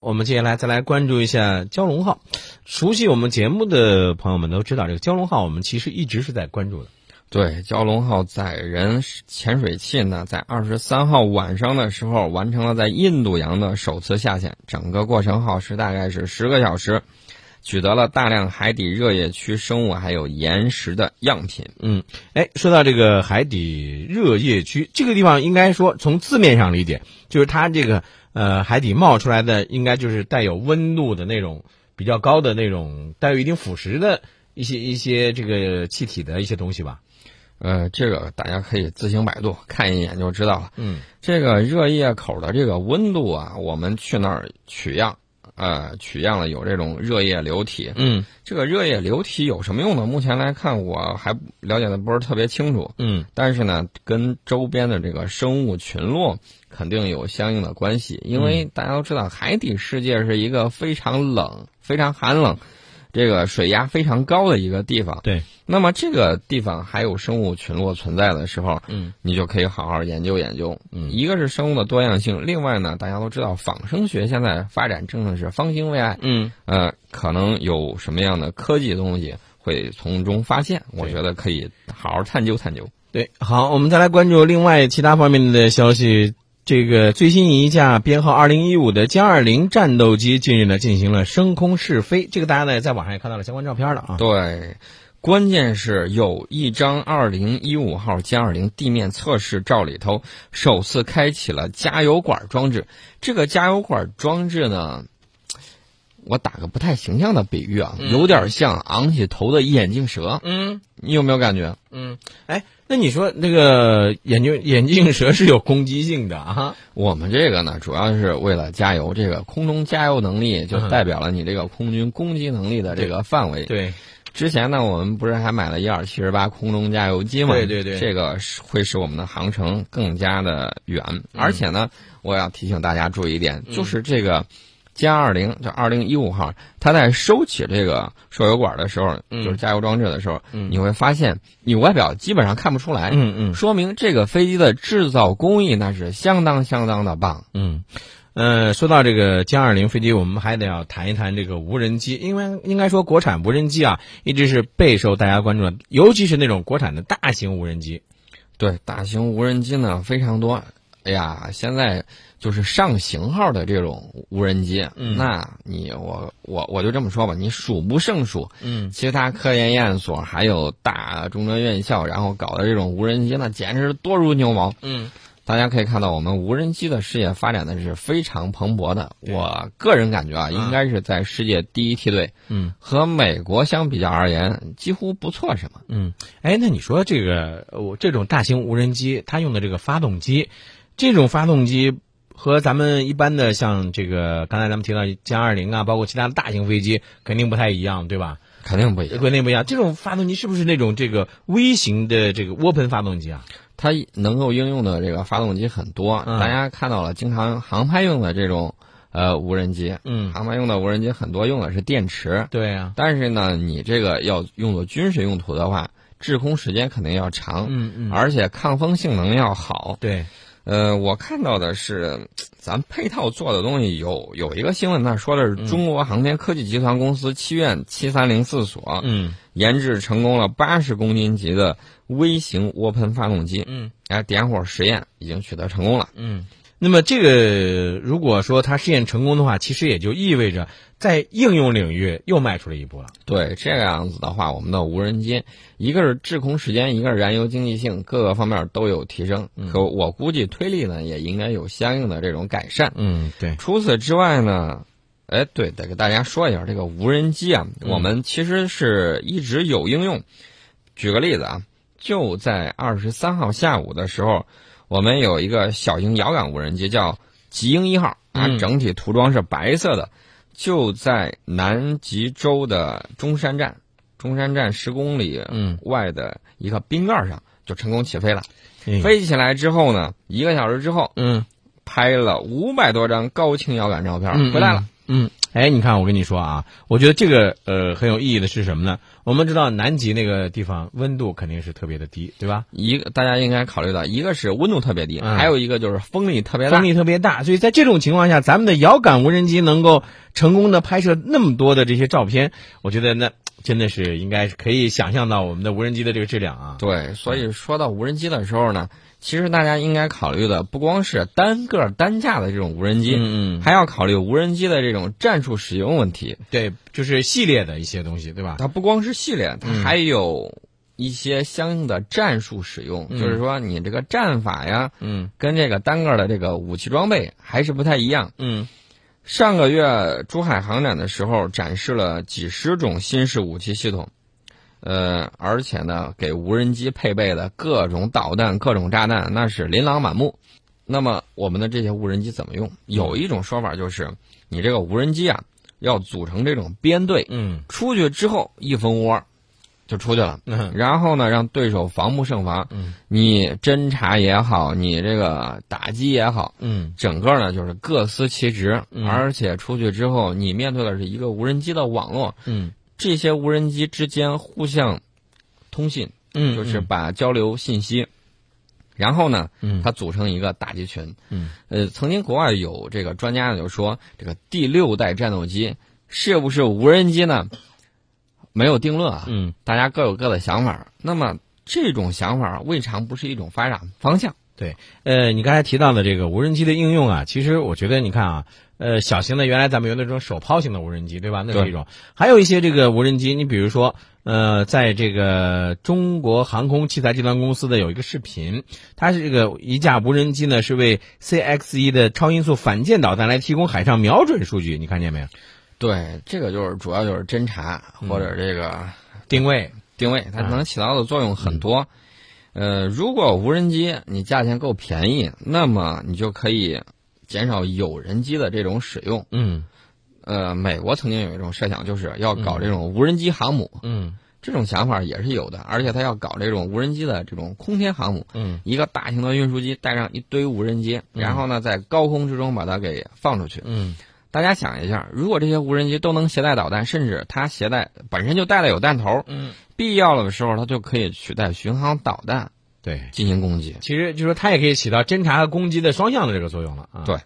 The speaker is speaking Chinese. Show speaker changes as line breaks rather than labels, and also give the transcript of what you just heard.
我们接下来再来关注一下蛟龙号。熟悉我们节目的朋友们都知道，这个蛟龙号我们其实一直是在关注的。
对，蛟龙号载人潜水器呢，在二十三号晚上的时候完成了在印度洋的首次下潜，整个过程耗时大概是十个小时，取得了大量海底热液区生物还有岩石的样品。
嗯，哎，说到这个海底热液区这个地方，应该说从字面上理解，就是它这个呃海底冒出来的，应该就是带有温度的那种比较高的那种带有一定腐蚀的一些一些这个气体的一些东西吧。
呃，这个大家可以自行百度看一眼就知道了。
嗯，
这个热液口的这个温度啊，我们去那儿取样，呃，取样了有这种热液流体。
嗯
这个热液流体有什么用呢？目前来看，我还了解的不是特别清楚。
嗯
但是呢，跟周边的这个生物群落肯定有相应的关系，因为
嗯
大家都知道，海底世界是一个非常冷、非常寒冷，这个水压非常高的一个地方。
对，
那么这个地方还有生物群落存在的时候，
嗯
你就可以好好研究研究。
嗯
一个是生物的多样性，另外呢，大家都知道仿生学现在发展正是方兴未艾，
嗯，
呃，可能有什么样的科技东西会从中发现，我
对
觉得可以好好探究探究。
对，好，我们再来关注另外其他方面的消息。这个最新一架编号二零一五的歼二零战斗机近日呢进行了升空试飞，这个大家呢在网上也看到了相关照片了啊。
对，关键是有一张二零一五号歼二零地面测试照里头，首次开启了加油管装置。这个加油管装置呢，我打个不太形象的比喻啊，
嗯
有点像昂起头的眼镜蛇，
嗯
你有没有感觉？
嗯，哎，那你说那个眼镜眼镜蛇是有攻击性的啊？
我们这个呢，主要是为了加油，这个空中加油能力就
嗯
代表了你这个空军攻击能力的这个范围。
对，
之前呢，我们不是还买了伊尔七十八空中加油机吗？
对对对
这个是会使我们的航程更加的远，
嗯
而且呢，我要提醒大家注意一点，就是这个歼二零，就二零一五号，它在收起这个受油管的时候，
嗯
就是加油装置的时候，
嗯
你会发现你外表基本上看不出来，
嗯嗯
说明这个飞机的制造工艺那是相当相当的棒。
嗯，呃，说到这个歼二零飞机，我们还得要谈一谈这个无人机，因为应该说国产无人机啊，一直是备受大家关注的，尤其是那种国产的大型无人机。
对，大型无人机呢非常多。哎呀，现在就是上型号的这种无人机，
嗯
那你我我我就这么说吧，你数不胜数。
嗯
其他科研院所还有大中专院校，然后搞的这种无人机，那简直是多如牛毛。
嗯
大家可以看到，我们无人机的事业发展的是非常蓬勃的。
对
我个人感觉啊，
嗯
应该是在世界第一梯队，
嗯
和美国相比较而言，几乎不错什么。
嗯，哎，那你说这个呃我这种大型无人机，它用的这个发动机，这种发动机和咱们一般的像这个刚才咱们提到歼二零啊，包括其他的大型飞机，肯定不太一样，对吧？
肯定不一样。
肯定不一样。这种发动机是不是那种这个微型的这个涡喷发动机啊？
它能够应用的这个发动机很多，
嗯
大家看到了，经常航拍用的这种呃无人机，
嗯，
航拍用的无人机很多用的是电池，
对啊。
但是呢，你这个要用作军事用途的话，滞空时间肯定要长，
嗯嗯，
而且抗风性能要好。
对，
呃，我看到的是，咱配套做的东西有有一个新闻呢，说的
嗯
是中国航天科技集团公司七院七三零四所
嗯
研制成功了八十公斤级的微型涡喷发动机。
嗯
哎，点火实验已经取得成功了。
嗯。那么这个如果说它试验成功的话，其实也就意味着在应用领域又迈出了一步了。
对，这样子的话，我们的无人机，一个是制空时间，一个是燃油经济性，各个方面都有提升。可我估计推力呢，也应该有相应的这种改善。
嗯，对，
除此之外呢，哎，对，得给大家说一下这个无人机啊，我们其实是一直有应用。举个例子啊，就在二十三号下午的时候，我们有一个小型遥感无人机叫极鹰一号啊，
嗯
整体涂装是白色的，就在南极洲的中山站，中山站十公里
嗯，
外的一个冰盖上就成功起飞了。
非
飞起来之后呢，一个小时之后，
嗯
拍了五百多张高清遥感照片，
嗯
回来了。
嗯，哎，你看，我跟你说啊，我觉得这个呃很有意义的是什么呢？我们知道南极那个地方温度肯定是特别的低，对吧？
一个大家应该考虑到，一个是温度特别低，
嗯
还有一个就是风力特别大
风。力特别大，所以在这种情况下，咱们的遥感无人机能够成功的拍摄那么多的这些照片，我觉得那真的是应该是可以想象到我们的无人机的这个质量啊。
对，所以说到无人机的时候呢，其实大家应该考虑的不光是单个单架的这种无人机，
嗯嗯，
还要考虑无人机的这种战术使用问题。
对，就是系列的一些东西，对吧？
它不光是系列，它
嗯
还有一些相应的战术使用，
嗯
就是说你这个战法呀，
嗯
跟这个单个的这个武器装备还是不太一样。
嗯
上个月珠海航展的时候，展示了几十种新式武器系统，呃，而且呢，给无人机配备的各种导弹、各种炸弹，那是琳琅满目。那么，我们的这些无人机怎么用？有一种说法就是，你这个无人机啊，要组成这种编队，
嗯
出去之后一蜂窝儿就出去了。
嗯
然后呢，让对手防不胜防。
嗯，
你侦察也好，你这个打击也好，
嗯
整个呢就是各司其职。
嗯
而且出去之后，你面对的是一个无人机的网络，
嗯
这些无人机之间互相通信，
嗯，
就是把交流信息。然后呢，
嗯
它组成一个打击群。
嗯，
呃，曾经国外有这个专家就说，这个第六代战斗机是不是无人机呢？没有定论啊。
嗯，
大家各有各的想法。那么这种想法未尝不是一种发展方向。
呃，你刚才提到的这个无人机的应用啊，其实我觉得你看啊，呃，小型的原来咱们有那种手抛型的无人机，对吧？那是
对
一种，还有一些这个无人机，你比如说，呃，在这个中国航空器材集团公司的有一个视频，它是这个一架无人机呢是为 CX 1的超音速反舰导弹来提供海上瞄准数据，你看见没有？
对，这个就是主要就是侦察或
嗯
者这个
定位，
定位，它能起到的作用很多。呃，如果无人机你价钱够便宜，那么你就可以减少有人机的这种使用。
嗯
呃，美国曾经有一种设想，就是要搞这种无人机航母，
嗯
这种想法也是有的，而且它要搞这种无人机的这种空天航母，
嗯
一个大型的运输机带上一堆无人机，然后呢，在高空之中把它给放出去。
嗯
大家想一下，如果这些无人机都能携带导弹，甚至它携带本身就带了有弹头，
嗯，
必要了的时候，它就可以取代巡航导弹
对，
进行攻击。
其实就说它也可以起到侦察和攻击的双向的这个作用了啊。
对